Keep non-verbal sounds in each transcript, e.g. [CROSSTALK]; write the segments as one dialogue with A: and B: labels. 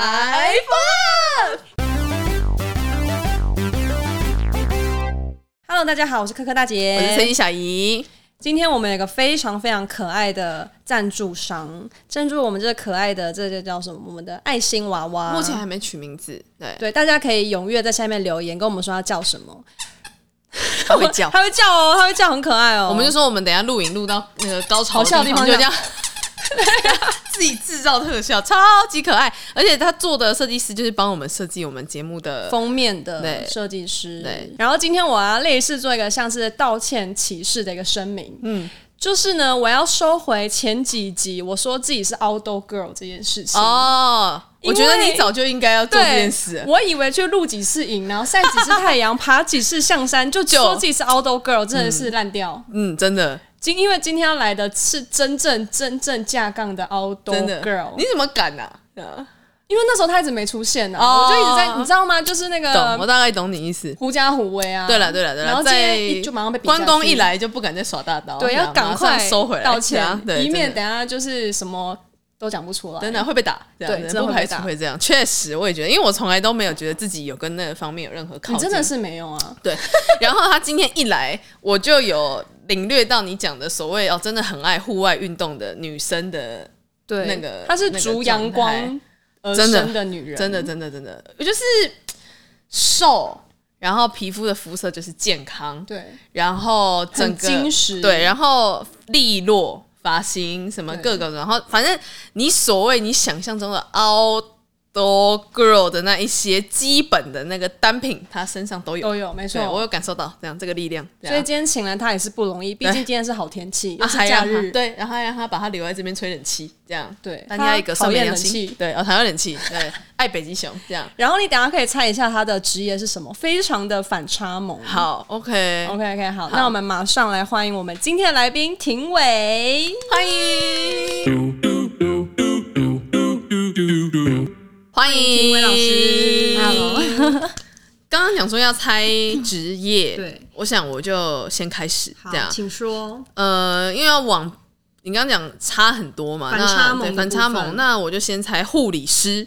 A: Five Up。Hello，大家好，我是科科大姐，
B: 我是声音小姨。
A: 今天我们有一个非常非常可爱的赞助商，赞助我们这个可爱的，这就叫什么？我们的爱心娃娃。
B: 目前还没取名字，对，
A: 对，大家可以踊跃在下面留言，跟我们说要叫什么。
B: 他会
A: [LAUGHS]
B: 叫。
A: 它会叫哦，它会叫，很可爱哦。
B: 我们就说我们等一下录影录到那个高潮
A: 好笑的
B: 地
A: 地方
B: 就这样， [LAUGHS] 自己制造特效，超级可爱。而且他做的设计师就是帮我们设计我们节目的，
A: 封面的
B: 对
A: 设计师。
B: 对
A: 然后今天我要类似做一个像是道歉启事的一个声明，嗯，就是呢，我要收回前几集我说自己是 outdoor girl 这件事情。
B: 哦，
A: 因
B: 我
A: 为
B: 觉得你早就应该要做
A: 对
B: 这件事了。
A: 我以为去露几次营，然后晒几次太阳，爬几次象山，就说自己是 outdoor girl，真的是烂掉。
B: 嗯，真的，
A: 今因为今天要来的是真正真正架杠的 outdoor
B: 真的
A: girl，嗯
B: 你怎么敢呐、啊？
A: 因为那时候他一直没出现呢、
B: 哦
A: 我就一直在，你知道吗？就是那
B: 懂，我
A: 个
B: 大概懂你意思。
A: 狐假虎威啊。
B: 对了，对了，对
A: 然
B: 了，
A: 后今
B: 在
A: 天一就马上被比下去
B: 关公一来就不敢再耍大刀，
A: 对，要
B: 哦马
A: 赶
B: 上
A: 快
B: 收回来
A: 道
B: 对啊
A: 歉，
B: 对
A: 以免
B: 真的
A: 等下就是什么都讲不出来。
B: 真的会被打，这样
A: 对
B: 子
A: 真的
B: 不
A: 会
B: 排
A: 被打
B: 除会这样。确实，我也觉得，因为我从来都没有觉得自己有跟那个方面有任何靠
A: 你
B: 近，
A: 真的是没有啊？
B: 对。然后他今天一来，我就有领略到你讲的所谓哦，真的很爱户外运动的女生的，
A: 对
B: 那个
A: 她是
B: 那个
A: 逐阳光而
B: 真的
A: 生的女人，
B: 真的，真的，真的，我就是瘦，然后皮肤的肤色就是健康，
A: 对，
B: 然后整
A: 很
B: 个
A: 矜持
B: 对，然后利落发型什么
A: 对
B: 各个，然后反正你所谓你想象中的 outdoor girl 的那一些基本的那个单品，她身上都有。
A: 都有没
B: 对，我
A: 错。
B: 有感受到这样这个力量。这
A: 所以
B: 样
A: 今天请来她也是不容易，毕竟
B: 对
A: 今天是好天气，又
B: 啊，
A: 是
B: 还
A: 假
B: 让她
A: 日，
B: 对，然后还让她把她留在这边吹冷气，这样
A: 对
B: 大家一个
A: 她讨
B: 上面
A: 厌
B: 良
A: 冷
B: 心
A: 气
B: 对，哦，讨厌冷气，对，爱北极熊这样。
A: 然后你等一下可以猜一下她的职业是什么，非常的反差萌。
B: 好，OK，
A: OK OK，好，那我们马上来欢迎我们今天的来宾庭伟。
B: 欢迎，欢迎
A: 庭伟老师，Hello
B: 刚刚讲说要猜职业，
A: [LAUGHS] 对，
B: 我想我就先开始这样。
A: 请说。
B: 呃，因为要往你刚刚讲差很多嘛，
A: 反
B: 那
A: 差萌
B: 对
A: 的
B: 反差
A: 部分
B: 萌，那我就先猜护理师。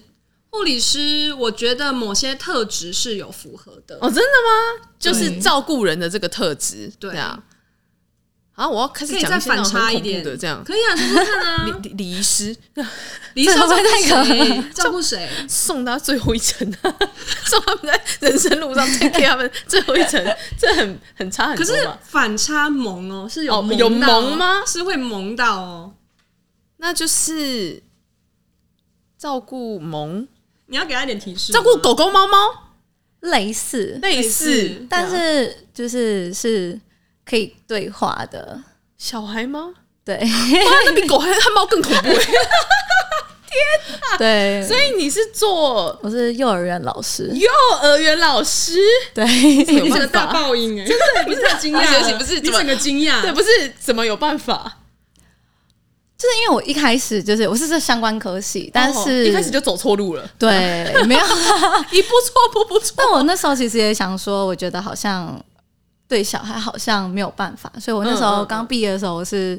A: 护理师，我觉得某些特质是有符合的。
B: 哦，真的吗？就是
A: 对
B: 照顾人的这个特质，
A: 对
B: 这样。啊，我要开始
A: 可以
B: 讲
A: 再
B: 一些那
A: 反
B: 种
A: 差
B: 很
A: 一
B: 恐怖
A: 点
B: 的这样。
A: 可以啊，试试看
B: [LAUGHS]
A: 啊。
B: 礼礼仪师
A: 离
B: 这
A: 照
B: 会
A: 顾
B: 不会太可 [LAUGHS]
A: 谁？照顾谁？
B: 送他最后一程、啊， [LAUGHS] 送他们在人生路上 take care 他们最后一程， [LAUGHS] 这很很差很
A: 可
B: 多
A: 是
B: 嘛。
A: 反差萌哦，是有
B: 哦有
A: 萌到
B: 萌吗
A: 是会萌到哦。
B: 那就是照顾萌
A: 你要给他一点提示吗，
B: 照顾狗狗、猫猫，
C: 类似，
B: 类
A: 似
B: 似啊
C: 但是就是是可以对话的，
B: 小孩吗？
C: [LAUGHS] 对
B: 哇，哎那比狗还它猫更恐 [LAUGHS] 怖欸。
C: 对。
B: 所以你是做
C: 我是幼儿园老师，
B: 幼儿园老师？
C: 对，
B: 有
A: 你整个
B: 办
A: 大
B: 法？
A: 报应哎，真 [LAUGHS] 的，你太惊
B: 而
A: 讶
B: 且
A: 了，
B: 不是
A: 你
B: 怎么
A: 整个惊
B: [LAUGHS]
A: 讶，
B: 对，不是怎么有办法？
C: 就是因为我一开始就是我是这相关科系，但
B: 哦
C: 是
B: 一开始就走错路了，
C: 对没有， [LAUGHS]
B: 啊一步错步步错。
C: 但我那时候其实也想说，我觉得好像对小孩好像没有办法，所以我那时
B: 嗯嗯
C: 候
B: 嗯
C: 刚毕业的时候，我是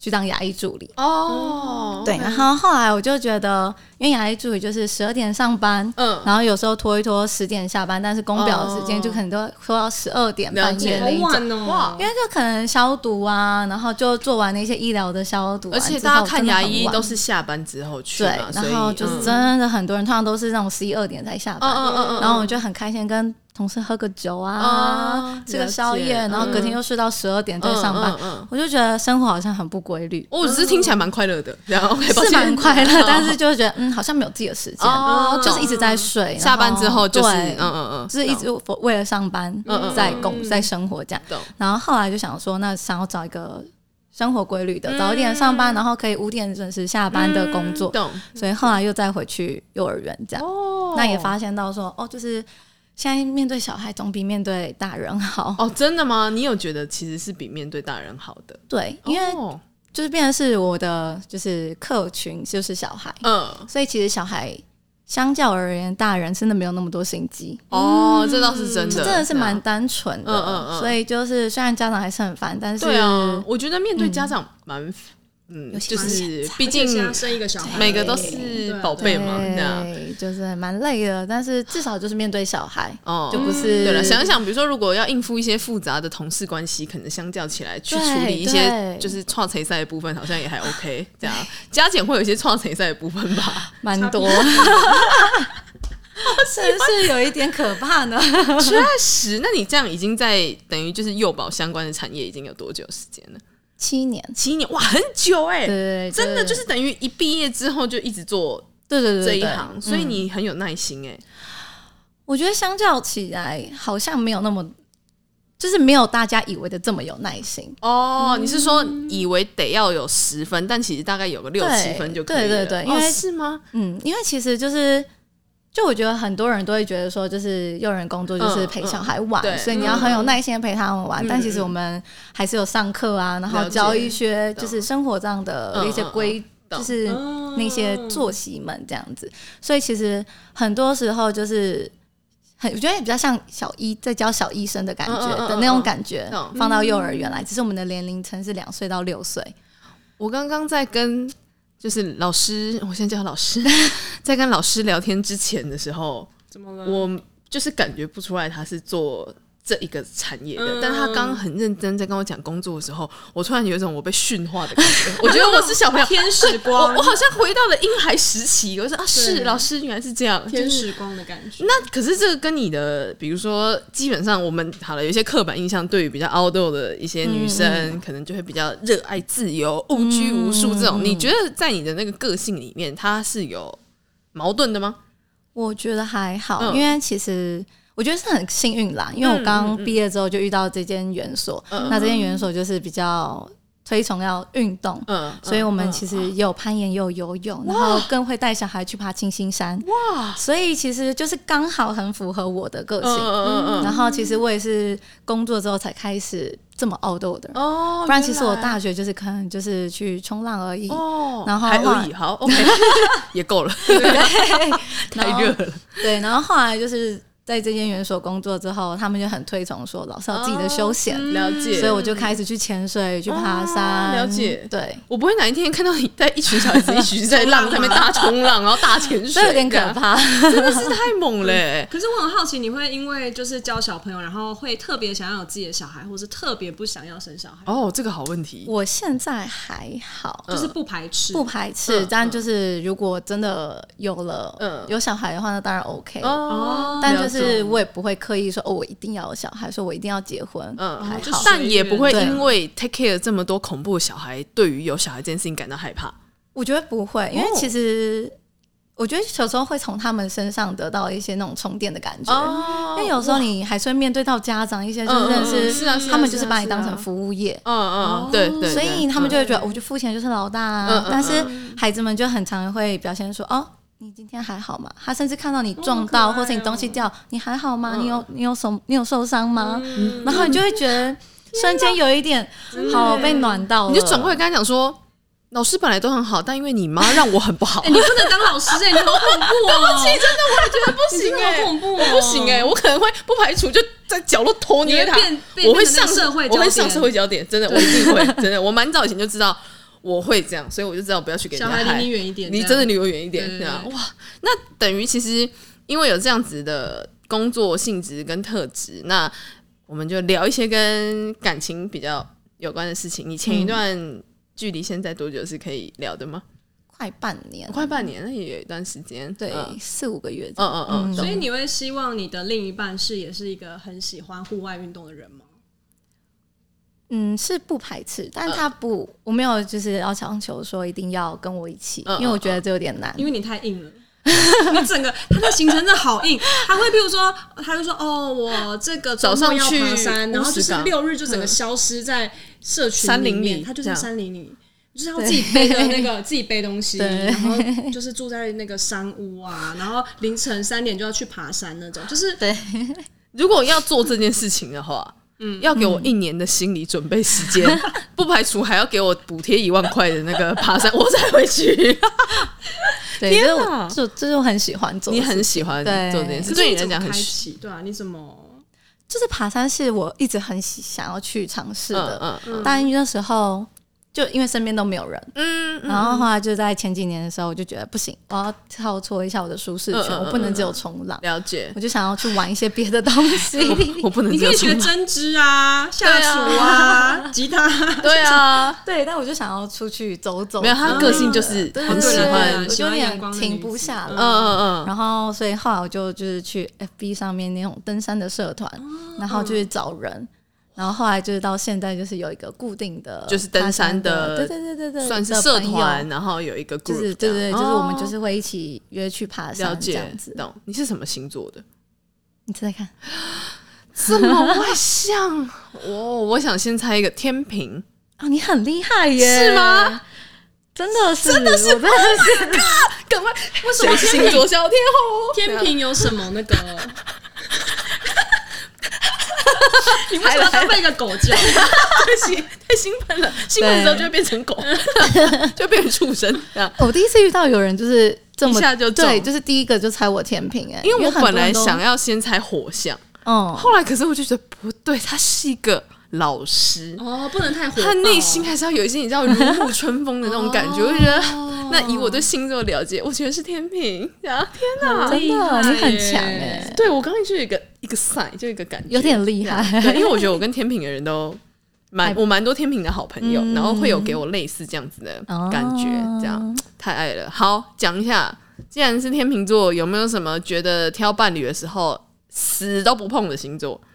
C: 去当牙医助理，
B: 哦
C: 对，然后后来我就觉得，因为牙医助理就是十二点上班，
B: 嗯
C: 然后有时候拖一拖十点下班，但是公表的时
B: 哦
C: 间就可能都会拖到十二点
B: 了
C: 半
B: 解
C: 夜
A: 好
C: 那一种，
A: 晚哦，
B: 哇
C: 因为就可能消毒啊，然后就做完那些医疗的消毒、啊，
B: 而且
C: 之后
B: 大家看
C: 真的
B: 牙
C: 很
B: 医
C: 晚
B: 都是下班之后去
C: 对
B: 嘛，，所以
C: 然后就是
B: 嗯
C: 真的很多人通常都是那种十一二点才下
B: 嗯
C: 班，
B: 嗯嗯嗯，
C: 然后我就很开心跟同事喝个酒啊，
B: 哦
C: 吃个
B: 了
C: 宵
B: 解
C: 夜，然后隔天又睡到十二点再上班，
B: 嗯嗯嗯
C: 我就觉得生活好像很不规律。
B: 我只是听起来蛮快乐的，然后
C: 是蛮
B: [LAUGHS]
C: 快乐，但是就会觉得嗯，好像没有自己的时间，
B: 哦
C: 就是一直在睡。
B: 下班之后就是
C: 然
B: 嗯
C: 后
B: 嗯嗯，
C: 对，就是一直我为了上班
B: 嗯
C: 在工在生活这样。
B: 懂。
C: 然后后来就想说，那想要找一个生活规律的
B: 嗯，
C: 早一点上班，然后可以五点准时下班的工作。
B: 懂
C: 所以后来又再回去幼儿园这样，
B: 哦
C: 那也发现到说哦，就是现在面对小孩总比面对大人好。
B: 哦，真的吗？你有觉得其实是比面对大人好的？
C: 对，因为
B: 哦
C: 就是变成是我的就是客群就是小孩，
B: 嗯
C: 所以其实小孩相较而言，大人真的没有那么多心机，
B: 哦，这倒是真的，
C: 真的是蛮单纯的。
B: 嗯嗯嗯啊
C: 所以就是虽然家长还是很烦，但是嗯
B: 对啊。我觉得面对家长蛮嗯，
C: 尤其
B: 就是是毕
A: 而
B: 竟
A: 且现在生一个小孩，
B: 每个都是宝贝嘛，这样。
C: 对，就是蛮累的，但是至少就是面对小孩，
B: 哦，
C: 就不是
B: 对了，想一想，比如说，如果要应付一些复杂的同事关系，可能相较起来去处理一些
C: 对
B: 就是创锤赛的部分，好像也还 OK。这样加减会有一些创锤赛的部分
C: [LAUGHS]
B: 吧。
C: 蛮
B: [LAUGHS]
C: 多，真是有一点可怕呢。
B: 确实，那你这样已经在等于就是幼保相关的产业已经有多久时间了？
C: 七年，
B: 七年，哇，很久哎、
C: 对，
B: 真的就是等于一毕业之后就一直做
C: 对对对
B: 这
C: 对
B: 一
C: 对嗯
B: 行，所以你很有耐心哎、
C: 我觉得相较起来，好像没有那么，就是没有大家以为的这么有耐心。
B: 哦，
C: 嗯
B: 你是说以为得要有十分，但其实大概有个六
C: 对
B: 七分就可以了？
C: 对
B: 哦
C: 对对因为
B: 是吗？
C: 嗯，因为其实就是，就我觉得很多人都会觉得说，就是幼儿园工作就是
B: 嗯
C: 陪小孩玩，
B: 嗯对
C: 所以你要很有耐心的陪他们玩。
B: 嗯
C: 但其实我们还是有上课啊，然后
B: 了解嗯
C: 教一些就是生活上的一些规，
B: 懂
C: 就是
A: 嗯
C: 那些作息们这样子。所以其实很多时候就是。很，我觉得也比较像小医在教小医生的感
B: 嗯嗯嗯
C: 觉
B: 嗯
C: 的那种感觉
B: 懂，嗯
C: 放到幼儿园来，只是我们的年龄层是两岁到六岁。
B: 我刚刚在跟就是老师，我先叫他老
A: [LAUGHS]
B: 师，在跟老师聊天之前的时候，
A: 怎么了？
B: 我就是感觉不出来他是做。这一个产业的，
A: 嗯
B: 但他刚刚很认真在跟我讲工作的时候，我突然有一种我被驯化的感觉。
A: [LAUGHS]
B: 我觉得我是小朋友，
A: 天使
B: 我
A: 光，
B: 我好像回到了婴孩时期。我说啊，是
A: 对
B: 老师，原来是这样，
A: 天
B: 就是
A: 使光的感觉。
B: 那可是这个跟你的，比如说，基本上我们好了，有一些刻板印象，对于比较 outdoor 的一些女生，
C: 嗯
B: 可能就会比较热爱自由、无拘无束这种。
C: 嗯
B: 你觉得在你的那个个性里面，它是有矛盾的吗？
C: 我觉得还好，
B: 嗯
C: 因为其实我觉得是很幸运啦，因为我刚毕业之后就遇到这间园所，
B: 嗯
C: 那这间园所就是比较推崇要运动。
B: 嗯，
C: 所以我们其实也有攀岩，也有游泳，然后更会带小孩去爬清新山。哇！所以其实就是刚好很符合我的个
B: 嗯
C: 性。
B: 嗯嗯嗯
C: 然后其实我也是工作之后才开始这么 outdoor 的，
B: 哦，
C: 不然其实我
B: 原来
C: 大学就是可能就是去冲浪而已。 [LAUGHS]
B: 哦，
C: 然后
B: 还
C: 后来
B: 而已，
C: [LAUGHS]
B: 好 OK，也 [LAUGHS] 够了，太热了。
C: 对，然后后来就是在这间园所工作之后，他们就很推崇说老师要自己的休闲，
B: 哦了解，哦
C: 所以我就开始去潜水、去爬山。
B: 了解
C: 对，
B: 我不会哪一天看到你带一群小孩子一起在
C: [LAUGHS]
B: 浪上面大冲浪，然后大潜水，
C: 这有点可怕。 [LAUGHS]
B: 真的是太猛了、欸。
A: 可是我很好奇，你会因为就是教小朋友，然后会特别想要有自己的小孩，或是特别不想要生小孩，
B: 哦，这个好问题。
C: 我现在还好，
A: 就是不排斥。
C: 嗯不排斥，
B: 嗯
C: 但就是如果真的有了、
B: 嗯
C: 有小孩的话，那当然 OK。
B: 哦
C: 但就是我也不会刻意说哦，我一定要有小孩，说我一定要结婚，
B: 嗯
C: 还
A: 就
C: 好
A: 是。
B: 但也不会
C: 对
B: 因为 take care 这么多恐怖的小孩，对于有小孩这件事情感到害怕。
C: 我觉得不会，因为
B: 哦
C: 其实、我觉得有时候会从他们身上得到一些那种充电的感觉。
B: 哦
C: 因为有时候你还是会面对到家长一些，就
B: 嗯
C: 是
B: 嗯
C: 认
B: 嗯是啊是
C: 识
B: 啊
C: 他们
B: 是
C: 就
B: 啊
C: 是把你
B: 是
C: 当
B: 啊
C: 成服务业，
B: 嗯嗯，对对，
C: 所以
B: 对
C: 他们就会
A: 嗯
C: 觉得我就付钱就是老大
B: 嗯
C: 啊
B: 嗯。
C: 但是孩子们就很常会表现说：“哦，你今天还好吗？”他甚至看到你撞
A: 哦好
C: 到
A: 可爱哦
C: 或者你东西掉，你还好吗？你
B: 嗯
C: 有你有什你有受伤吗？
A: 嗯
C: 然后你就会
B: [LAUGHS]
C: 觉得瞬间有一点好被暖到了，
B: 你就转过来跟他讲说。老师本来都很好，但因为你妈让我很不好， [LAUGHS]
A: 哎、你不能当老师哎、你好恐怖哦、对不起，真的，我 [LAUGHS] 也觉得不
B: 哎
A: 好恐怖哦、
B: 我不行哎、我可能会不排除就在角落偷捏他
A: 你会变，变
B: 我会
A: 变成
B: 上
A: 那个社会
B: 我会
A: 焦
B: 上
A: 点
B: 社会焦点，真的，我一定 [LAUGHS] 会，真的，我蛮早以前就知道我会这样，所以我就知道不要去给人
A: 小
B: 家
A: 孩
B: 害
A: 离你远一点，
B: 你
A: 这样
B: 真的离我远一点，对
A: 对对
B: 啊，
A: 对
B: 哇，那等于其实因为有这样子的工作性质跟特质，那我们就聊一些跟感情比较有关的事情。你前一段距离现在多久是可以聊的吗？
C: 快半年，
B: 快半年，那也有一段时间。
C: 对
B: 嗯
C: 四五个月这样。
B: 嗯嗯嗯，
A: 所以
B: 懂
A: 你会希望你的另一半是也是一个很喜欢户外运动的人吗？
C: 嗯，是不排斥，但
B: 嗯
C: 他不，我没有就是要强求说一定要跟我一起，
B: 嗯
C: 因为我觉得这有点难。
A: 因为你太硬了。 [LAUGHS] 你整个他的行程真的好硬，他会譬如说，他就说哦，我这个周
B: 早
A: 末
B: 上
A: 要爬
B: 去
A: 山，然后就
B: 乌石
A: 是
B: 港嗯
A: 六日就整个消失在社群
B: 山林
A: 里
B: 里
A: 面，他
B: 这
A: 就在
B: 样
A: 山林里，就是要自己背的
B: [LAUGHS]
A: 那个自己背东西，
C: 对
A: 然后就是住在那个山屋啊，然后凌晨三点就要去爬山那种，就是
C: 对，
B: 如果要做这件事情的话，嗯，要给我一年的心理准备时间， [LAUGHS] 不排除还要给我补贴一万块的那个爬山，我才会 [LAUGHS] 去。
C: 对，
B: 天
C: 这是
B: 哪
C: 我这这是我很喜欢做的
B: 你
C: 事情，
B: 很喜欢
C: 对
B: 做这件事，
A: 可是
B: 对你来
A: 怎么
B: 讲很
A: 开
B: 需
A: 启对啊，你怎么
C: 就是爬山是我一直很喜想要去尝
B: 嗯
C: 试的，
B: 嗯嗯
C: 但因为那时候就因为身边都没有人，
B: 嗯，嗯
C: 然后后来就在前几年的时候，我就觉得不行，我要跳脱一下我的舒适
B: 嗯嗯
C: 圈，
B: 嗯
C: 我不能只有冲浪，
B: 了解，
C: 我就想要去玩一些别的东西。
B: [LAUGHS] 我不能
A: 你
B: 这
A: 可
B: 样
A: 以学
B: 说
A: 针织啊、下厨
B: [LAUGHS]
A: 啊、吉他啊，
B: 对
C: [LAUGHS]
B: 啊，
C: 对，但我就想要出去走走。
B: 没有，他
C: 嗯
B: 个性就是
C: 对啊
B: 很喜
A: 对
B: 欢
A: 对
C: 我，就有点停不下
B: 嗯
C: 来。
B: 嗯嗯，
C: 然后，所以后来我就就是去 FB 上面那种登山的社团，
B: 哦
C: 然后就去找人。然后后来就是到现在，就是有一个固定的，
B: 就是登山的
C: 的，对对对对对，
B: 算是
C: 的
B: 社
C: 朋友
B: 团，，然后有一个 group，
C: 就是
B: 这样
C: 对对，对就是我们
B: 哦
C: 就是会一起约去爬
B: 了
C: 山这
B: 解
C: 样子，。
B: 懂。你是什么星座的？
C: 你再看，
B: 这么外向， [LAUGHS] 我我想先猜一个天平，
C: 哦，你很厉害耶！
B: 是吗？
C: 真的是，真的是，真的是，
B: 赶快，为什么星座小天后？
A: 天平有什么
C: [LAUGHS]
A: 那个？你为什么要被一个狗叫？
B: 太兴太兴奋了，兴奋的时候就会变成
C: [LAUGHS]
B: 狗，就变成畜生这样。
C: [LAUGHS] 我第一次遇到有人就是这么
B: 一下就中
C: 对，就是第一个就猜我甜品哎、
B: 因为我本来想
C: 要，
B: 要先猜火象，
C: 嗯，
B: 后来可是我就觉得不对，他是一个老师，
A: 哦，不能太火爆。
B: 他内
C: 嗯
B: 心还是要有一些你知道如沐春风的那种感觉。我就觉得，
C: 哦
B: [LAUGHS] 那以我对星座了解，我觉得是天平。然后天哪，
A: 很
C: 真
A: 厉
C: 的
A: 害
C: 你很强
A: 耶
C: 哎、
B: 对我刚才就有一个一个 sign，就有一个感觉，
C: 有点厉害
B: 对对因为我觉得我跟天平的人都蛮，
C: 还
B: 我蛮多天平的好朋友，
C: 嗯
B: 然后会有给我类似这样子的
C: 哦
B: 感觉，这样太爱了。好，讲一下，既然是天秤座，有没有什么觉得挑伴侣的时候死都不碰的星座？
C: [LAUGHS]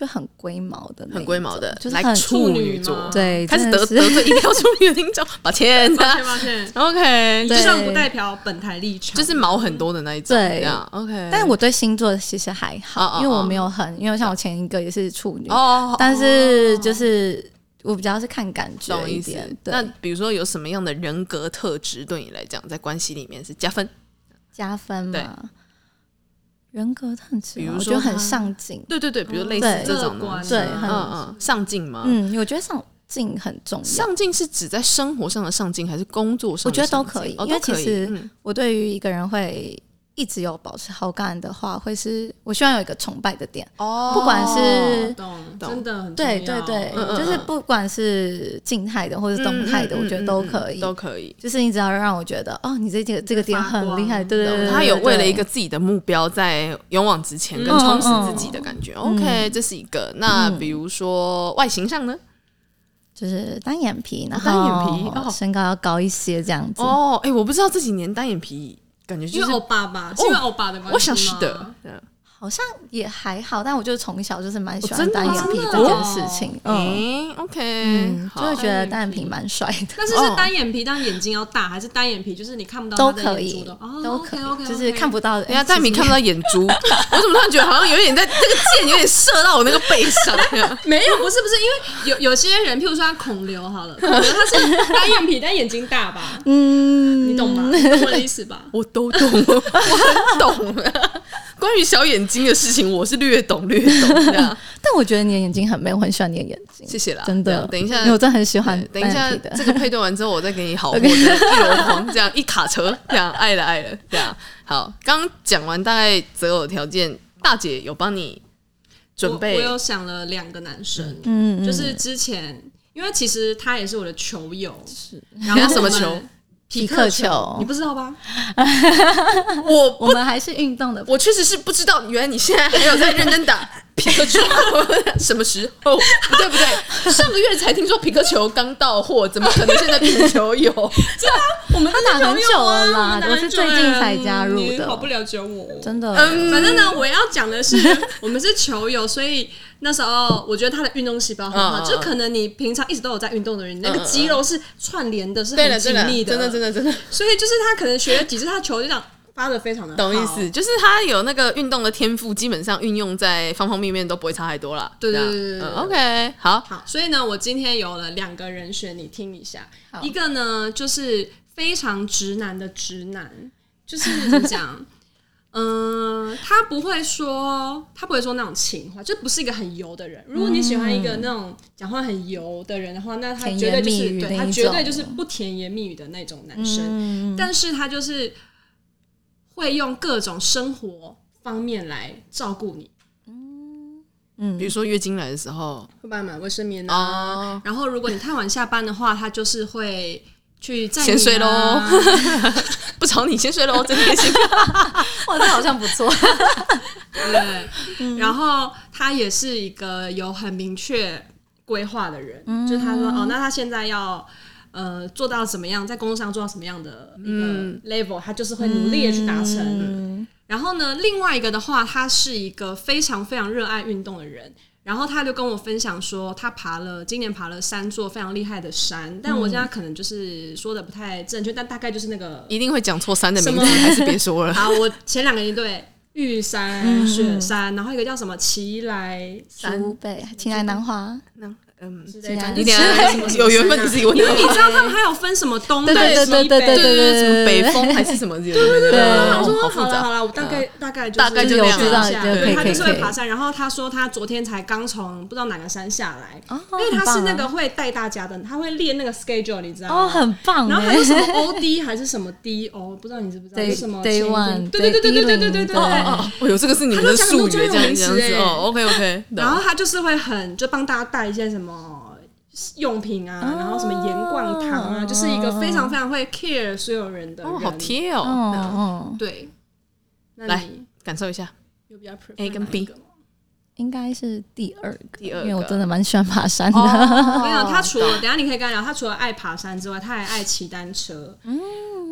C: 就很龟毛的那一种，
B: 很龟毛的，
C: 就是
B: 来
C: 很
B: 处
A: 女
B: 座
A: 吗，
C: 对，
B: 开始
C: 真的
B: 得
C: 是
B: 得罪一票处女的听众，抱歉。
A: 抱歉抱歉，
B: OK，
A: 以上不代表本台立场。
B: 就是毛很多的那一种，
C: 对
B: 这样 OK。
C: [LAUGHS] 但我对星座其实还
B: 哦哦
C: 好，
B: 哦
C: 因为我没有很，因为像我前一个也是处女，
B: 哦，
C: 但是就是我比较是看感觉
B: 哦懂
C: 一
B: 意思
C: 点。。
B: 那
C: 对，
B: 比如说有什么样的人格特质对你来讲，在关系里面是加分？
C: 加分
B: 对
C: 嘛，人格特质
B: 比
C: 嘛，
B: 如
C: 我觉
B: 说
C: 得很
B: 他
C: 上进，
B: 对对对，比如类
C: 对
B: 似这种
A: 乐观
B: 东西
C: 对
B: 嗯
C: 很
B: 嗯，上进吗？
C: 嗯，我觉得上进很重要。
B: 上进是指在生活上的上进，还是工作上的上进？
C: 我觉得都可以
B: 哦
C: 因为
B: 都可
C: 其
B: 以
C: 实
B: 嗯
C: 我对于一个人会一直有保持好感的话，会是我希望有一个崇拜的点，
B: 哦
C: 不管是
A: 懂，
B: 懂
A: 真的很重要
C: 对对对，
B: 嗯嗯
C: 就是不管是静态的或者动态
B: 嗯嗯
C: 的，
B: 嗯
C: 我觉得
B: 嗯
C: 都
B: 嗯
C: 可以。
B: 都可以。
C: 就是你只要让我觉得，哦，你这个这个点很厉害，
A: 发光
C: 对对对对对，
B: 他有为了一个
C: 对
B: 自己的目标在勇往直前，跟
A: 嗯
B: 充实自己的感觉。OK，这
C: 嗯
B: 是一个。那比如说外形上呢？
C: 就是单眼皮，然
B: 哦单眼皮
C: 后
B: 哦
C: 身高要高一些这样子。
B: 哦，哎，我不知道这几年单眼皮感觉
A: 因
B: 就
A: 为
B: 是
A: 欧，巴
C: 哦
A: 吧，是因为欧巴的关系吗
B: 我想是的。嗯
C: 好像也还好，但我就是从小就是蛮喜
B: 哦真
C: 欢
B: 的
C: 单眼皮
A: 吗
C: 这件事情，嗯
B: 诶 o k
C: 嗯，就
B: 好
C: 会，觉得单眼皮蛮帅的。
A: 但是是单眼皮，但眼睛要大，还是单眼皮？就是你看不到
C: 哦都
A: 他的
C: 可
A: 眼
C: 以
A: 珠的哦，
C: 都可
A: OK，OK，OK
C: 以，就是看不到的。
B: 人家
C: 哎
B: 蛋米
C: 其实
B: 看不到眼珠， [LAUGHS] 我怎么突然觉得好像有点在这个箭有点射到我那个背上？
A: 没有，不是不是，因为有有些人，譬如说他孔刘好
C: [LAUGHS]
A: 了，孔刘他是单眼皮，但眼睛大吧，
C: 嗯，
A: 你懂吗？你懂我的意思吧？
B: [LAUGHS] 我都懂，我很懂。 [LAUGHS] 关于小眼睛的事情，我是略懂略懂 [LAUGHS] 的。
C: 但我觉得你的眼睛很美，我很喜欢你的眼睛，
B: 谢谢啦，
C: 真
B: 这
C: 的
B: 样。啊等一
C: 因为
B: 下
C: 我，真的很喜欢
B: 嗯等一下
C: 单眼皮，的
B: 这个配对完之后，我再给你好货的一箩筐，这样一卡车，这样爱了爱了，这样好。刚讲完大概择偶条件，大姐有帮你准备
A: 我，我有想了两个男生，
C: 嗯，嗯
A: 就是之前，因为其实他也是我的球友，是，然
B: 你
A: 后
B: 是什么
A: 我们
C: [LAUGHS]
B: 球？
A: 匹
C: 克
A: 克球
C: 球，
A: 你不知道吧？
B: 我
C: 我
B: 不，
C: 们还是运动的。
B: 我确实是不知道，原来你现在还有在认真打皮克球， [LAUGHS] 什么时候？不对不对，上个月才听说皮克球刚到货，怎么可能现在变成球友？
C: 我们他打很久了
A: 啊我们
C: 啦，
A: 打
C: 我
A: 篮
C: 是
A: 球
C: 最近
A: 的
C: 才加入
A: 你好不
C: 的，
A: 了解我，
C: 真的。
B: 嗯
A: 反正呢，我要讲
B: [LAUGHS]
A: 的是，我们是球友，所以那时候我觉得他的运动细胞很好，
B: 嗯嗯嗯
A: 就可能你平常一直都有在运动的人，你那
B: 嗯
A: 个
B: 嗯
A: 肌肉是串联的，是
B: 对了
A: [LAUGHS] 很
B: 对
A: 紧
B: 了，
A: 密
B: 真的真的
A: 的。
B: 真的。
A: 所以就是他可能学了几次，他球就这样发的非常的
B: 懂意
A: 好
B: 思，。就是他有那个运动的天赋，基本上运用在方方面面都不会差太多啦。
A: 对
B: 这样
A: 对对
B: 嗯
A: 对对
B: ，OK，好，
A: 好，所以呢，我今天有了两个人选，你听一下。
C: 好
A: 一个呢，就是非常直男的直男，就是怎么
C: [LAUGHS]
A: 讲？嗯，他不会说，他不会说那种情话，就不是一个很油的人。如果你喜欢一个那种讲话很油的人的话，那他
C: 甜
A: 绝对
C: 言
A: 就是
C: 蜜语
A: 对
C: 那
A: 他
C: 一
A: 绝对
C: 种
A: 就是不甜言蜜语的那种男生。
C: 嗯，
A: 但是他就是会用各种生活方面来照顾你。
C: 嗯
B: 比如说月经来的时候，
A: 会帮你买卫生棉啊。
B: 哦，
A: 然后如果你太晚下班的话，他就是会去载
B: 先睡
A: 你啊。
B: 不吵你先睡喽，真开心。
C: 哇，这好像不错。
A: 对，然后他也是一个有很明确规划的人，就是他说哦，那他现在要。呃，做到怎么样，在工作上做到什么样的一个 level，、他就是会努力的去达成。然后呢，另外一个的话，他是一个非常非常热爱运动的人。然后他就跟我分享说，他爬了今年爬了三座非常厉害的山，但我现在可能就是说的不太正确，但大概就是那个
B: 一定会讲错山的名字，
A: 什么
B: 还是别说了。
A: 好，我前两个一对玉山、雪山，然后一个叫什么奇来山
C: 湖北青海南华，
B: 那嗯，
A: 之类的，
C: 奇
A: 反
C: 来
A: 正
B: 你等一
A: 就是什么
B: 下有缘分你自己问
A: 因
B: 的。
A: 为你知道他们还有分什么东北、
C: 对对对
A: 西
C: 对对
B: 对
A: 北。
B: 对对，什么北风还是什么之类的？对对
A: 然后我
B: 好
A: 说好
B: 复
A: 了好
B: 杂。
A: 了，我大概大概就是
B: 大概
C: 就
A: 这
C: 那
A: 样
C: 样有知道
A: 下
C: 就
B: 可以
A: 对，他
B: 可以
A: 就是会
C: 可以
A: 爬山。然后他说他昨天才刚从不知道哪个山下来，
C: 哦
A: 因为他是
C: 很棒
A: 那
C: 啊
A: 个会带大家的，他会列那个 schedule，你知道吗？
C: 哦，很棒
A: 然后
C: 哎
A: 还有什么 OD 还是什么 DO，不知道你知不知道？
C: Day-
A: 有什么
C: Day
A: 前一阵
C: one，
A: 对对对对
C: Day
A: 对对对
C: dealing，
A: 对
B: 哦哦哦，哦有这个是你们的术语，这样这样子哦。OK OK，
A: 然后他就是会很就帮大家带一些什么用品
B: 哦
A: 啊，然后什么盐罐糖啊，就是一个非常非常会 care 所有人的人。
B: 哦，好贴
C: [LAUGHS] 哦
B: 哦，
C: 哦，
A: 对，啊那
B: 来
A: 你
B: 感受一下
A: 有比较 prefer
B: A 跟
A: 哪一
B: B
A: 个吗
C: 应该是第二个，
B: 第二
C: 因为我真
B: 个。
C: 的蛮喜欢爬山
B: 哦
C: 的。
A: 我跟你讲，他除了等一下你可以跟他聊，他除了爱爬山之外，他还爱骑单车。
B: 嗯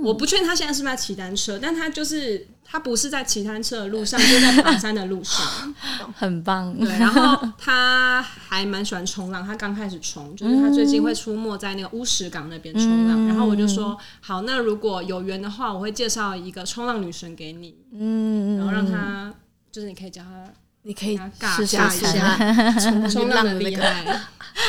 A: 我不确定他现在是不是在骑单车，但他就是他不是在骑单车的路上，就是在爬山的路上。
C: [LAUGHS] 很棒，
A: 对，然后他还蛮喜欢冲浪，他刚开
B: [LAUGHS]
A: 始冲，就是他最近会出没在那个乌石港那边冲
B: 嗯
A: 浪。然后我就说，好，那如果有缘的话，我会介绍一个冲浪女神给你，
C: 嗯，
A: 然后让他就是你可以教他，
B: 你可以
A: 跟他尬
C: 试
A: 尬
C: 试
A: 一
C: 看
A: 下
B: [LAUGHS]
A: 冲浪的厉害，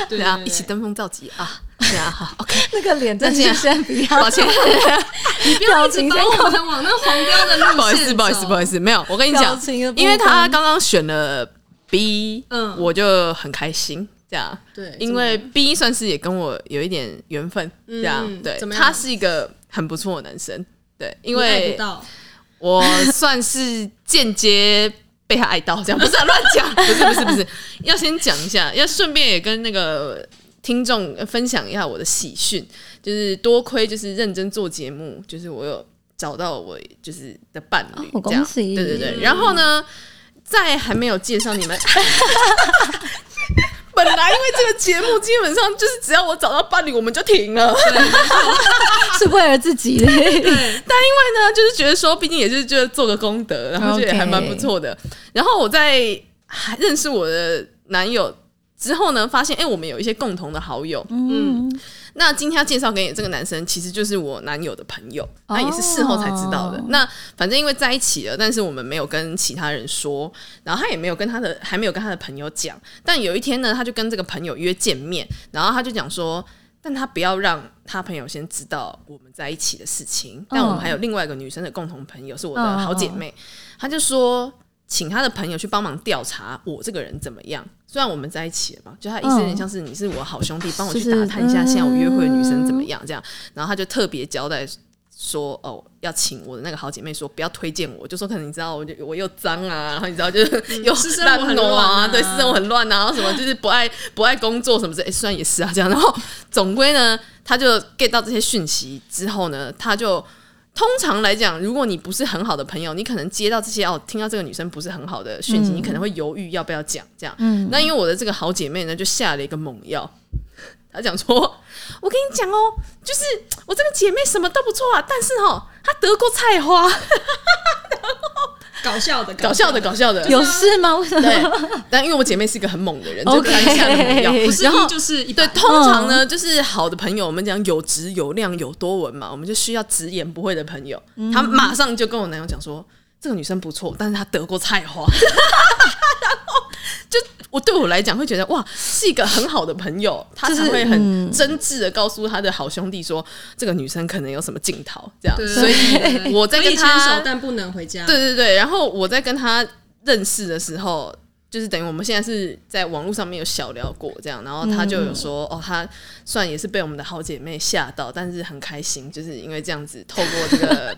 A: 对
B: 对啊
A: 对，
B: 一起登峰造极啊！ [LAUGHS] 对啊，好，OK，
C: 那个脸真
B: 那这
C: 的
B: 样
C: 先不
B: [LAUGHS]
C: 要，
B: 抱歉，
A: 你不啊要一直把我们往那个黄标的路线
B: [LAUGHS] 不好意
A: [LAUGHS]
B: 思，不好意思，不好意
A: 思。
B: 思，没有，我跟你
C: 表
B: 讲，
C: 情的部分
B: 因为他刚刚选了 B，
A: 嗯
B: 我就很开心，这样，
A: 对，
B: 因为 B 算是也跟我有一点缘分，这样，
A: 嗯
B: 对
A: 怎，么样
B: 他是一个很不错的男生，对，因
A: 你爱不
B: 为
A: 到
B: 我算是间接被他爱到，这样不是啊乱讲， [LAUGHS] 不是不是不是，要先讲一下，要顺便也跟那个听众分享一下我的喜讯，就是多亏就是认真做节目，就是我有找到我就是的伴侣，
C: 哦
B: 这样
C: 恭喜
B: 对对对，然后呢，在还没有介绍你 [LAUGHS] 们。本来因为这个节目基本上就是只要我找到伴侣我们就停了，
C: 是为了自己的。
B: 但因为呢，就是觉得说，毕竟也是觉得做个功德，然后觉得也
C: OK
B: 还蛮不错的。然后我在还认识我的男友之后呢，发现哎、诶我们有一些共同的好友。
C: 嗯，
B: 那今天要介绍给你这个男生，其实就是我男友的朋友，啊
C: 哦
B: 那也是事后才知道的。那反正因为在一起了，但是我们没有跟其他人说，然后他也没有跟他的还没有跟他的朋友讲。但有一天呢，他就跟这个朋友约见面，然后他就讲说。但他不要让他朋友先知道我们在一起的事情。但我们还有另外一个女生的共同朋友，是我的好姐妹。她就说，请她的朋友去帮忙调查我这个人怎么样。虽然我们在一起了嘛，就她意思有点像是你是我好兄弟，帮我去
C: 就是
B: 打探一下现在我约会的女生怎么样这样。然后她就特别交代说哦，要请我的那个好姐妹说不要推荐我，就说可能你知道我就我又脏啊，然后你知道就是又
A: 嗯私生活
B: 烂
A: 很
B: 挪
A: 乱啊
B: 啊，对，私生活很乱啊，然后什么就是不爱不爱工作什么之类，诶虽然也是啊这样，然后总归呢，他就 get 到这些讯息之后呢，他就。通常来讲，如果你不是很好的朋友，你可能接到这些哦，听到这个女生不是很好的
A: 嗯
B: 讯息，你可能会犹豫要不要讲这样。那因为我的这个好姐妹呢，就下了一个猛药，她讲说：“我跟你讲哦，就是我这个姐妹什么都不错啊，但是哦，她得过菜花，
A: 搞笑的，
B: [LAUGHS] 搞笑的，搞笑的。
C: 有事吗？为什么？
B: 对，但因为我姐妹是一个很猛的人，就
C: OK
B: 看下的猛药，
A: 不是
B: 然后
A: 一就是一
B: 对，
A: 百
B: 通常呢，
A: 嗯
B: 就是好的朋友，我们讲有质有量有多文嘛，我们就需要直言不讳的朋友。
A: 嗯
B: 他马上就跟我男友讲说，这个女生不错，但是她得过菜花。 [LAUGHS] 然后就我对我来讲会觉得哇，是一个很好的朋友，他才会很真挚的告诉他的好兄弟说，这个女生可能有什么镜头这样。
A: 对
B: 所以我在
A: 可以
B: 跟
A: 牵
B: 他
A: 手，但不能回家。
B: 对对对，然后我在跟他认识的时候，就是等于我们现在是在网络上面有小聊过这样，然后他就有说，
C: 嗯
B: 哦，他虽然也是
C: [LAUGHS]
B: 被我们的好姐妹吓到，但是很开心，就是因为这样子透过这个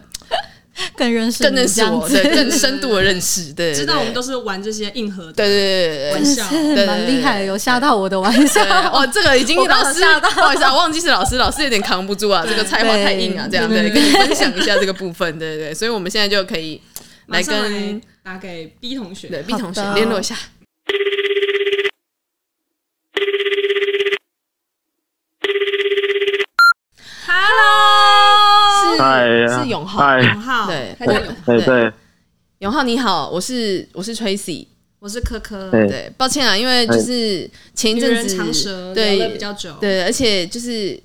C: 更认识
B: 更
C: 你
B: 认识
C: 这样
B: 我，
C: 子
B: 对，更深度的认识，对，对
A: 知道我们
B: 对
A: 都是玩这些硬核的
B: 对对对对
A: 玩
B: 对。
A: 笑，
B: 对对对
C: [LAUGHS] 蛮厉害的，有吓到我的玩笑
B: 对，。哦，这个已经
C: 我刚
B: 老
C: 刚
B: 师
C: 吓，
B: 不好意思啊，忘记是老师，老师有点扛不住啊，这个才华太硬啊，这
C: 对
B: 样对，跟你分享一下这个部分，对对对，所以我们现在就可以
A: 马
B: 来
A: 上
B: 跟
A: 来打给 B 同学。
B: 对 B
C: 好
B: 同学
C: 的
B: 联络一下。
A: Hello，
B: 嗨
D: 嗨，
B: 是永浩
D: 嗨，
A: 永浩，
B: 对
A: 他叫永浩，
D: 哎对，
B: 永浩你好，我是我是 Tracy，
A: 我是科科，
D: 哎
B: 对，抱歉啊，因为就是前一
A: 女
B: 阵
A: 人
B: 子
A: 长舌，
B: 对
A: 聊了比较久，
B: 对，而且就是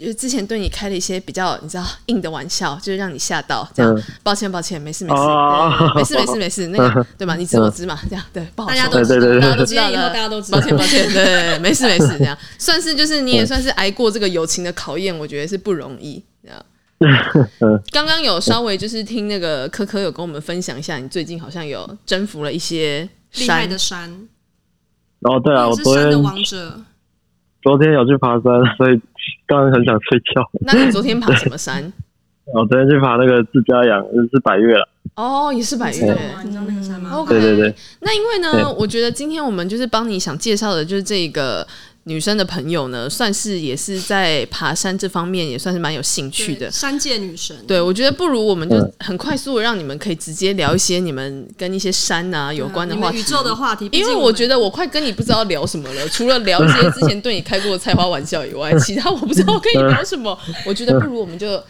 B: 呃之前对你开了一些比较你知道硬的玩笑，就是让你吓到这样。
D: 嗯
B: 抱歉，抱歉，没事没事，
D: 哦
B: 对没事没事没事，那 [LAUGHS] 个对吧？你知我知嘛，这样对，不好
A: 大
B: 说
A: 家都
D: 对
A: 知
D: 对对
A: 道，
D: 对
B: 大家都知道
A: 今天以后
B: 的
A: 大。家都知道
B: 抱。歉，抱 [LAUGHS] 歉，对对，对没事没事，
D: [LAUGHS]
B: 这样算是就是
D: 嗯
B: 你也算是挨过这个友情的考验，我觉得是不容易。这样
D: [LAUGHS] 嗯
B: 刚刚有稍微就是听那个科科有跟我们分享一下，你最近好像有征服了一些
A: 厉害
B: 山
A: 的，山，
D: 哦对啊，
A: 你
D: 我
A: 是
D: 昨
A: 山
D: 天
A: 的王者，
D: 昨天有去爬山，所以当然很想睡觉。 [LAUGHS]
B: 那你昨天爬什么山？
D: 我昨天去爬那个自家养，就是百越了。
B: [LAUGHS] 哦，也是百
A: 你知
B: 越。
A: 道吗？你知道那个山吗？
B: OK，
D: 对对对
B: 那因为
D: 对
B: 呢，我觉得今天我们就是帮你想介绍的，就是这个女生的朋友呢，算是也是在爬山这方面也算是蛮有兴趣
A: 对
B: 的。
A: 山界女神，
B: 对，我觉得不如我们就
D: 嗯
B: 很快速的让你们可以直接聊一些你们跟一些山啊有关的
A: 你
B: 话
A: 们
B: 题。
A: 宇宙的话题，
B: 因为我觉得我快跟你不知道聊什么了，除了聊一些之前对你开过的菜花玩笑以外，其他我不知道可以聊什么。我觉得不如我们就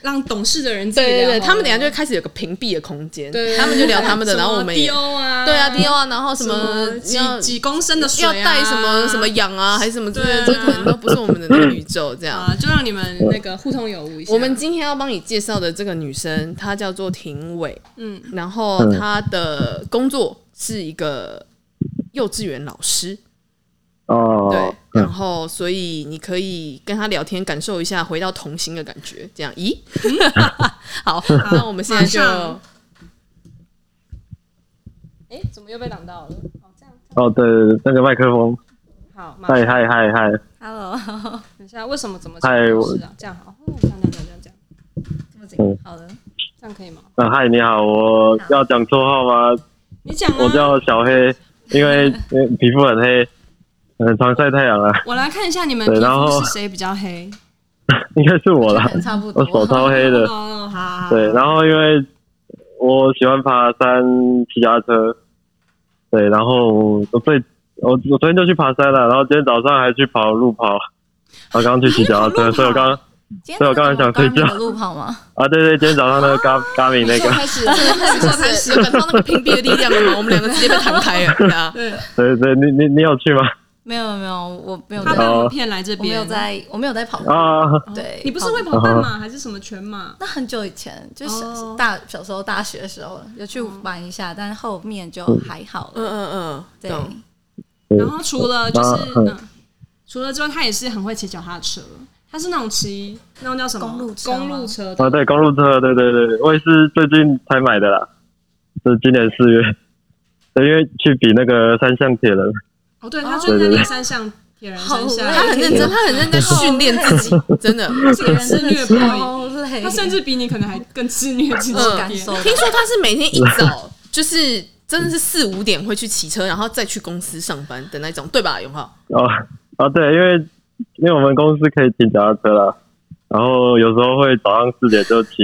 A: 让懂事的人自己
B: 对对对，
A: 聊
B: 他们等一下就会开始有个屏蔽的空间
A: 对，
B: 他们就聊他 [LAUGHS] 们的，然后我们也
A: D O 啊，
B: 对啊 D O 啊，然后什
A: 什
B: 么
A: 么
B: 要
A: 几几公升的水
B: 要
A: 啊
B: 带什么什么氧啊，还是什么之类的，这
A: 对啊
B: 可能都不是我们的那个宇宙这 [LAUGHS] 样。
A: 啊，就让你们那个互通有无一下。
B: 我们今天要帮你介绍的这个女生，她叫做廷伟，
A: 嗯，
B: 然后她的工作是一个幼稚园老师，对
D: 哦，，
B: 然后所以你可以跟她聊天，感受一下回到童心的感觉，这样，咦， [LAUGHS] 好，那我们现在就
A: 马上哎，怎么又被挡到了？哦，这样
D: 哦对对对，那个麦克风，
A: 好，马
D: 嗨
A: 上
D: 嗨嗨嗨，
C: [LAUGHS] Hello，
A: 等一下，为什么怎么
D: 嗨我
A: 是啊？这样好，哦这样这样这样这样
C: 这么紧
D: 嗯
C: 好的，
A: 这样可以吗？
D: 啊嗨你好，我要讲绰号吗？
A: 你讲
D: 我
A: 啊，
D: 叫小
A: [LAUGHS]
D: 黑，因为因为皮肤很黑，很常晒太阳啊，
A: 我来看一下你们
D: 对
A: 皮
D: 然
A: 肤
D: 后
A: 是谁比较黑。
D: 应该是我啦
C: 可，能差不多
D: 我。手超黑的。
A: 哦，好好好，
D: 对，然后因为我喜欢爬山、骑脚踏车，对，然后我最我我昨天就去爬山了，然后今天早上还去跑路跑，我刚刚去骑
A: 还
D: 脚踏
A: 有跑路
D: 车，
A: 跑
D: 所以我刚
C: 今天
D: 刚对我刚才想睡觉
C: 那个路跑吗？
D: 啊，对对，今天早上那个嘎嘎米那
B: 就
D: 个，
B: 开始，真的开始，开始，有感受到那个屏蔽的力量了吗？我们两个直接被弹开了，对啊。
A: [LAUGHS] 对，
D: 对对，你你你有去吗？
C: 没有没有，我没有
A: 他
C: 在
A: 被
D: 哦
A: 我们骗来这
C: 我没
A: 边。哦
C: 有在，我没有在跑步。
D: 啊，
C: 对，
A: 你不是
C: 跑步
A: 会跑半马还是什么全马？
C: 那很久以前，就
A: 哦
C: 是大小时候大学的时候有去玩一下，但是后面就还好
B: 嗯
C: 了。
B: 嗯嗯，
C: 对，
B: 懂。
D: 对
A: 然后除了就是
D: 嗯
A: 嗯，除了之外，他也是很会骑脚踏车。他是那种骑那种叫什么
C: 公路车吗
A: 公路车的，
D: 啊对，公路车，对对对，我也是最近才买的啦，是今年四月，对，因为去比那个三项铁人，
A: 哦，对，他就是在那个山上铁人山下，
B: 他很认真，他很认真在训练自己，真的。
A: 这个人是
C: 真的
A: 虐炮，
C: 超累，
A: 他甚至比你可能还更自虐自己
C: 我
A: 一
C: 感受
A: 点。
C: 到
B: 听说他是每天一早就是真的是四五点会去骑车，然后再去公司上班的那种，对吧？永浩，
D: 哦啊，对，因为因为我们公司可以骑脚踏车啦，然后有时候会早上四点就骑，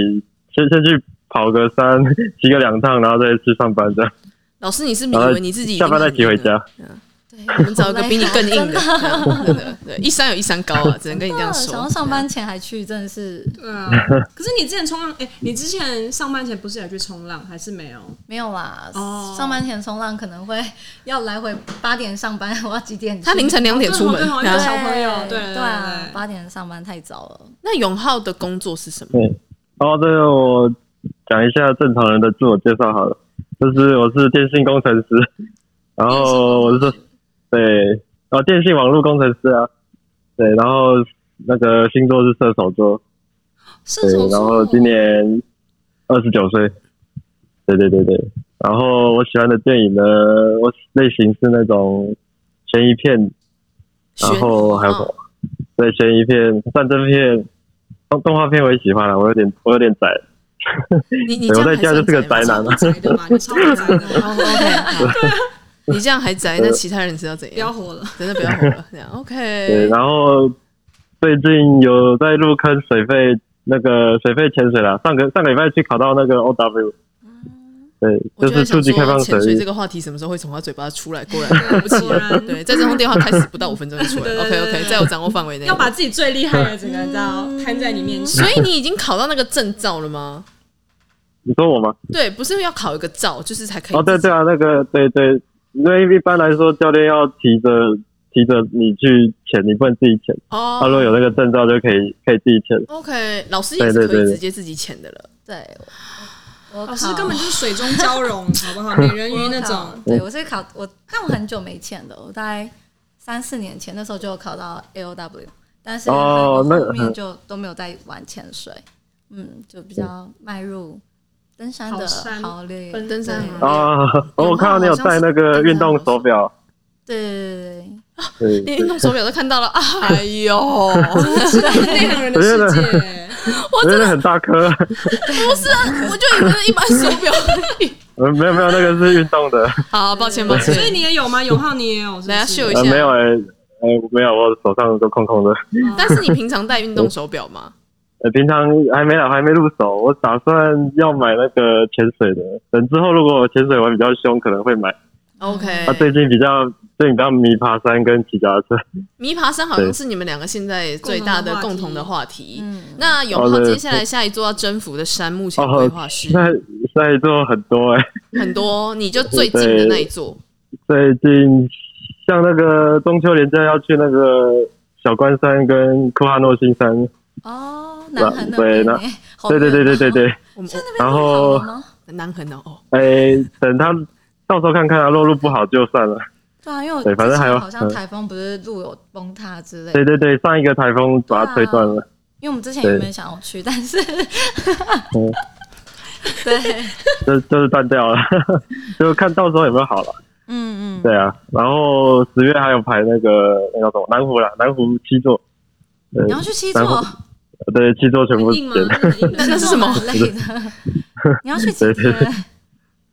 D: 先先去跑个山，骑个两趟，然后再去上班这样，
B: 老师，你是不是以为你自己已经
D: 下班再骑回
B: 很硬了？
D: 家。
C: 对，
B: 我们找一个比你更
A: [LAUGHS]
B: 硬的，
C: 真
B: 这样真的，对，一山有一山高啊，只能跟你这样
C: 想要
B: 说。
C: 上班前还去，真的是
A: 对
D: [LAUGHS]
A: 啊，可是你之前冲浪，哎，你之前上班前不是也去冲浪，还是没有？
C: 没有啦。
A: 哦
C: 上班前冲浪可能会要来回八点上班，我要几点去？
B: 他凌晨两点出门
A: 对哦。对哦
B: 对
C: 对
B: 啊
A: 小朋友对对
C: 对啊
A: 对，
C: 八点上班太早了。
B: 那永浩的工作是什么？
D: 哦，对，我讲一下正常人的自我介绍好了，就是我是电信工程师，然后我是对，哦，电信网络工程师啊，对，然后那个星座是射手座，
A: 射
D: 对
A: 手，
D: 然
A: 座
D: 后，今年二十九岁，对对对对。然后我喜欢的电影呢，我类型是那种悬疑片，然后还有什么
B: 哦
D: 对悬疑片、战争片、动动画片我也喜欢了、我有点我有点窄，
B: 你你
D: 对
B: 这样
D: 我在
B: 还
D: 家就是个啊宅
B: 算宅吗
D: 男啊。
A: 宅的吧？你超不宅的，啊
D: [LAUGHS]
B: 哦 OK，好，你这样还宅，那其他人知道怎
A: 不要
B: 样？
A: 活了。
B: 真的不要活了，这样 OK
D: 对，。然后最近有在入坑水肺那个水肺潜水啦，上个上个礼拜去考到那个 OW，对，
B: 嗯我
D: 就
B: 就是
D: 初
B: 想
D: 级开放
B: 说，
D: 水
B: 潜
D: 域
B: 水这。个话题什么时候会从他嘴巴出来？果然了不起
A: 果然，
B: 对，在这通电话开始不到五分钟就出来
A: 对
B: 了。
A: [LAUGHS] 对
B: OK
A: 对
B: OK，
A: 对嗯
B: 在我掌握范围内。
A: 要把自己最厉害的整个你知道摊在你面前。
B: 所以你已经考到那个证照了吗？
D: 你说我吗？
B: 对，不是要考一个照，就是才可以。
D: [LAUGHS] 哦，对对啊，那个对对，因为一般来说教练要提着提着你去潜，你不能自己潜。
B: 哦
D: 他、如果有那个证照就可以可以自己潜。
B: OK，老师也是
D: 对对
B: 可以
D: 对对
B: 直接自己潜的了。
C: 对，我我
A: 老师
C: 考
A: 根本就是水中交 [LAUGHS] 融，好不好？美人鱼那
C: 我考
D: 嗯
A: 种。
C: 对我是考我，但我很久没潜了，我大概三四年前那时候就有考到 A O W，但是我
D: 哦那
C: 后面就都没有再玩潜水，嗯，就比较迈入登山的
A: 好山
C: 行列，
A: 奔
B: 登山
C: 对
B: 啊
D: 啊、 [LAUGHS] 哦，我看到你有戴那个运动手表，
C: 对
A: 嗯
D: 对，
B: 连运动手表都看到 [LAUGHS] 了，哎呦，我
A: 是内行人的世
D: [LAUGHS]
A: 界，
D: 我觉得很大颗。
B: 就以为是一般手表而已。
D: 呃，没有没有，那个是运动的。
B: 好，抱歉抱歉 [LAUGHS]
A: 所。以你也有吗？永浩你也有，是不是
B: 来啊秀一下
D: 呃，没有哎、哎、没有，我手上都空空的。
B: 但是你平常戴运动手表吗？
D: 呃，平常还没了，还没入手，我打算要买那个潜水的。等之后如果我潜水玩比较凶，可能会买。
B: OK，
D: 他、最近比较最近比较迷爬山跟骑脚踏车。
B: 迷爬山好像是你们两个现在最大的共同的话题。
C: 嗯
B: 那永
D: 好
B: 浩
D: 的
B: 接下来下一座要征服的山，目前规
D: 哦
B: 划，是
D: 现在现在做很多哎、
B: 很多，你就最近的那一座。
D: 最近像那个中秋连假要去那个小关山跟库哈诺新山，
C: 对，哦，南韩那
D: 对
C: 边
D: 那
C: 欸，好
D: 对对对
C: 远
D: 对
C: 哦
D: 对，对。
B: 我们
C: 现在那边都
D: 然后
C: 好了吗
B: 我南横哦哦，
D: 哎、等他到时候看看啊，落入不好就算了。
C: 对啊，因为我
D: 对反正
C: 之前
D: 还有
C: 好像
D: 嗯
C: 台风不是路有崩塌之类的，
D: 对对对，上一个台风把它推断了。
C: 因为我们之前
D: 对
C: 原本想要去，但是
D: 嗯，
C: 对，
D: 就就是断掉了， [LAUGHS] 就看到时候有没有好了。
C: 嗯嗯，
D: 对啊，然后十月还有排那个那叫什么南湖啦，南湖七座，对
C: 你要去七座
D: 然，对，七座全部
A: 很硬吗
D: 点，？
A: 那很硬
B: 那那
A: 的
B: 是什么
C: 很累
D: [LAUGHS]
C: 的？你要去七
D: 对对对
C: 天，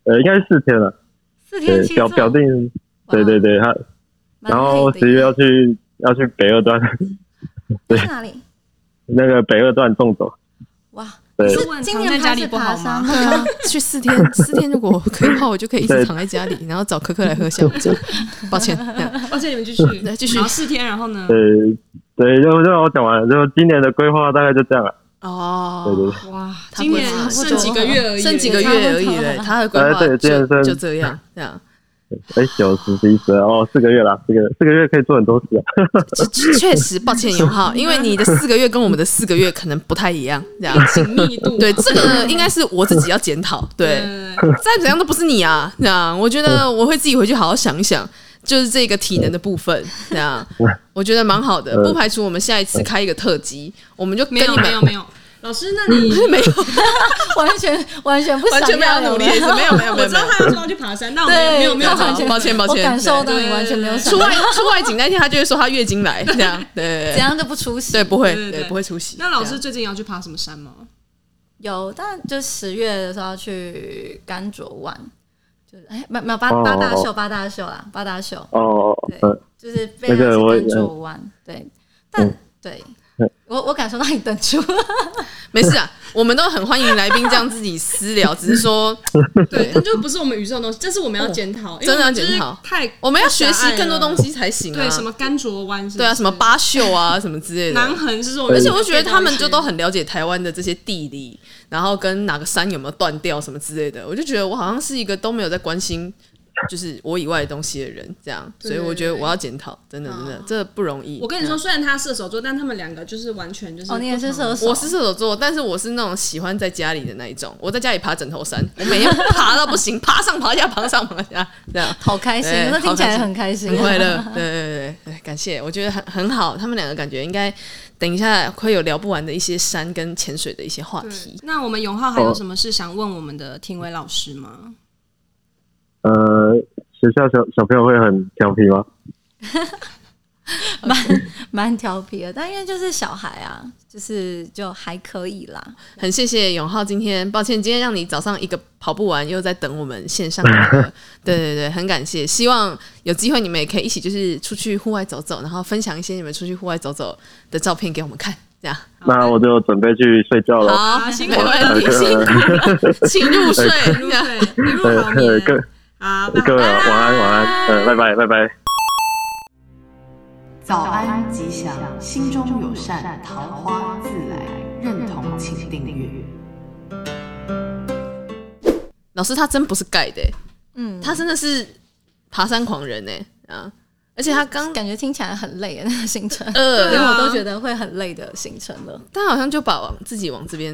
D: 呃，应该是四天了，
C: 四天
D: 对
C: 七，
D: 表
C: 座，
D: 表定，
C: 哇
D: 对对，对，他
C: 蛮累的
D: 然后十月要去要去北二段， [LAUGHS] 对
C: 去哪里？
D: 那个北二段纵走，
C: 哇，
D: 对
C: 是
A: 我很
C: 今
A: 常
C: 年
A: 在家
C: 爬
A: 里
C: 是
A: 不
C: 爬
A: 好
C: 山
A: 吗？
C: 吗？
B: 对啊，去四天，
D: [LAUGHS]
B: 四天如果可以的话，我就可以一直
D: 对
B: 躺在家里，然后找可可来喝下午茶。抱歉，这样
A: [LAUGHS] 抱歉，你们继续
B: 来，继续
A: 然后四天，然后呢？
D: 对对，就就我讲完了，就今年的规划大概就这样了，
B: 哦，
D: 对对对，
A: 哇，
B: 差不
A: 今
B: 多
A: 年
B: 差不多
A: 剩几个月而已，
B: 剩几个月而已嘞，他的规
D: 哎
B: 划
D: 对
B: 就
D: 健身
B: 就这样，这样
D: 哎，九十十一十二哦，四个月啦，四个四个月可以做很多事啊，
B: 确确实抱歉永浩，因为你的四个月跟我们的四个月可能不太一样，这样。
A: 紧密 [LAUGHS] 度。
B: 对，这个应该是我自己要检讨。对，
A: 对，
B: 再怎样都不是你啊，这样我觉得
D: 嗯
B: 我会自己回去好好想一想，就是这个体能的部分，这样
D: 嗯
B: 我觉得蛮好的，不排除我们下一次开一个特辑，我们就跟
A: 没有
B: 你们
A: 没有没有，老师，那你
B: 没 [LAUGHS] 有
C: 完全完全不想
B: [LAUGHS] 完全没
C: 要
B: 有努力，没
C: 有
B: 有
C: 没有
B: 没有没有没
A: 我
B: 有
A: 知道他要说要去爬山，但我
C: 对，
A: 没有没有
C: 他
A: 没有
B: 抱
A: [LAUGHS]
C: 完全
B: 歉抱歉
C: 我感受到
A: 对
C: 你完全没有
B: 出
C: 想到，
B: [LAUGHS] 外出外景那天他就会说他月经来，这 [LAUGHS] 样对
C: 怎样都不出席。
B: 对不会
A: 对对
B: 对
A: 对
B: 不会出席。
A: 那老师最近要去爬什么山吗？
C: 有，但就十月的时候要去甘卓湾，就是哎，没有没有八
D: 哦
C: 八大
D: 哦
C: 秀，八大秀啦，八大秀，
D: 哦，
C: 对
D: 嗯，
C: 就是被人
D: 那个
C: 是
D: 我
C: 甘卓湾，对，但
D: 嗯
C: 对
D: 嗯
C: 我我感受到你等出，
B: 没事啊，我们都很欢迎来宾这样自己私聊，只是 [LAUGHS] 说
A: 对，那就不是我们宇宙的东西，这是我们要检讨，因为
B: 真的要
A: 我们就是
B: 检讨
A: 太
B: 我们要学习更多东
A: 西。
B: 西才行啊。
A: 对，什么甘卓湾是不是？
B: 对啊，什么八秀啊，什么之类的。
A: 南横是这种，
B: 而且我觉得他们就都很了解台湾的这些地理，然后跟哪个山有没有断掉什么之类的，我就觉得我好像是一个都没有在关心就是我以外的东西的人，这样，
A: 对
B: 所以我觉得我要检讨，真的真的，这不容易。
A: 我跟你说，虽然他射手座，但他们两个就是完全就是
C: 哦，你也是射手，
B: 我是射手座，但是我是那种喜欢在家里的那一种，我在家里爬枕头山，我每天爬到不行，爬上爬下，爬上爬下，这样。
C: 好开心
B: 对，
C: 那听起来
B: 好
C: 很开心，
B: 很快乐，对对对对，感谢，我觉得很很好，他们两个感觉应该等一下会有聊不完的一些山跟潜水的一些话题
A: 对。那我们永浩还
D: 哦
A: 有什么事想问我们的庭伟老师
B: [LAUGHS]
A: 吗？
D: 嗯呃，学校小小朋友会很调皮吗？
C: 蛮调皮的，但因为就是小孩啊，就是就还可以啦。
B: 很谢谢永浩今天，抱歉今天让你早上一个跑不完，又在等我们线上的，对对对，很感谢，希望有机会你们也可以一起就是出去户外走走，然后分享一些你们出去户外走走的照片给我们看，这样。
D: 那我就准备去睡觉了。
B: 好，
A: 辛
B: 没
A: 苦了
B: 问题，辛苦了，请入睡，
A: 入睡，一路好
D: 呃
A: 眠
D: 各。
A: 好，拜
D: 各位啊
A: 拜
D: 晚安晚安，呃，拜拜拜拜。
E: 早安吉祥，心中有善，桃花自来。认同，请订阅。
B: 老师他真不是盖的、欸
C: 嗯，
B: 他真的是爬山狂人呢、欸、啊！而且他刚
C: 感觉听起来很累的那个行程，
B: 呃
C: 连我都觉得会很累的行程了，
B: 他好像就把往自己往这边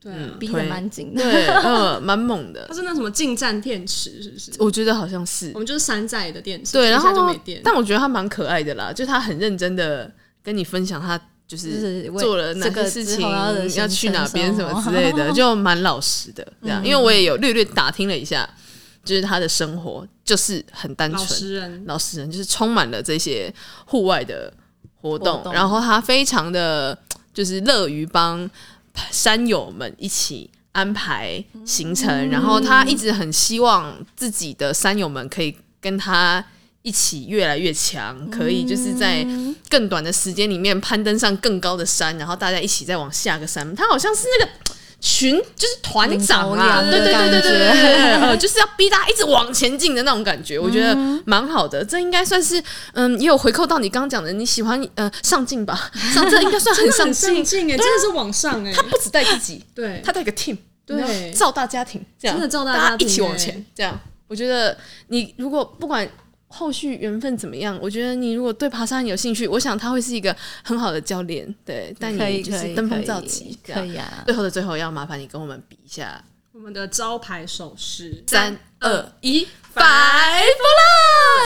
A: 对啊，
B: 嗯
C: 逼得
B: 推
C: 蛮紧的。
B: 对，呃，蛮猛的
A: 它。是那什么进站电池，是不是？
B: 我觉得好像是
A: 我们就是山寨的电池，
B: 对，然
A: 停下就
B: 后
A: 没电。
B: 但我觉得他蛮可爱的啦，就他很认真的跟你分享他就
C: 就是是为
B: 做了哪
C: 这
B: 些
C: 个
B: 事
C: 之后
B: 情，
C: 要的
B: 要
C: 行
B: 去
C: 程
B: 哪边
C: 什
B: 什么
C: 么嗯
B: 之类
C: [LAUGHS]
B: 的，就蛮老实的这样。因为我也有略略打听了一下，就是他的生活就是很单
A: 老
B: 纯，
A: 实人，
B: 老实人就是充满了这些户外的活动，
C: 活动
B: 然后他非常的就是乐于帮山友们一起安排行程，
C: 嗯
B: 然后他一直很希望自己的山友们可以跟他。一起越来越
A: 嗯
B: 强，可以就是在更短的时间里面攀登上更高的山，然后大家一起再往下个山。他好像是那个群，就是团长啊，
A: 嗯
C: 领头羊
B: 对对对对对
C: 的感觉
B: 对对对，呃，就是要逼大家一直往前进的那种感觉，我觉得蛮好的。这应该算是，嗯，也有回扣到你刚刚讲的，你喜欢呃上进吧，上这应该算很上
A: 很上
B: 进。
A: 进哎，真的是往上哎，
B: 不只带自己，
A: 对，
B: 他带一个 team，
A: 对
B: 你知道造大家庭，这样
A: 真的造大
B: 大
A: 家
B: 家
A: 庭
B: 一起往
A: 欸
B: 前，这样。我觉得你如果不管后续缘分怎么样，我觉得你如果对爬山很有兴趣，我想他会是一个很好的教练，对，带
C: [LAUGHS] 可以
B: 你就
C: 可
B: 是
C: 以
B: 登
C: 可
B: 峰
C: 以
B: 造极。这样
C: 可以啊。
B: 最后的最后，要麻烦你跟我们比一下
A: 我们的招牌手势，
B: 三二
A: 一，
B: 白不啦！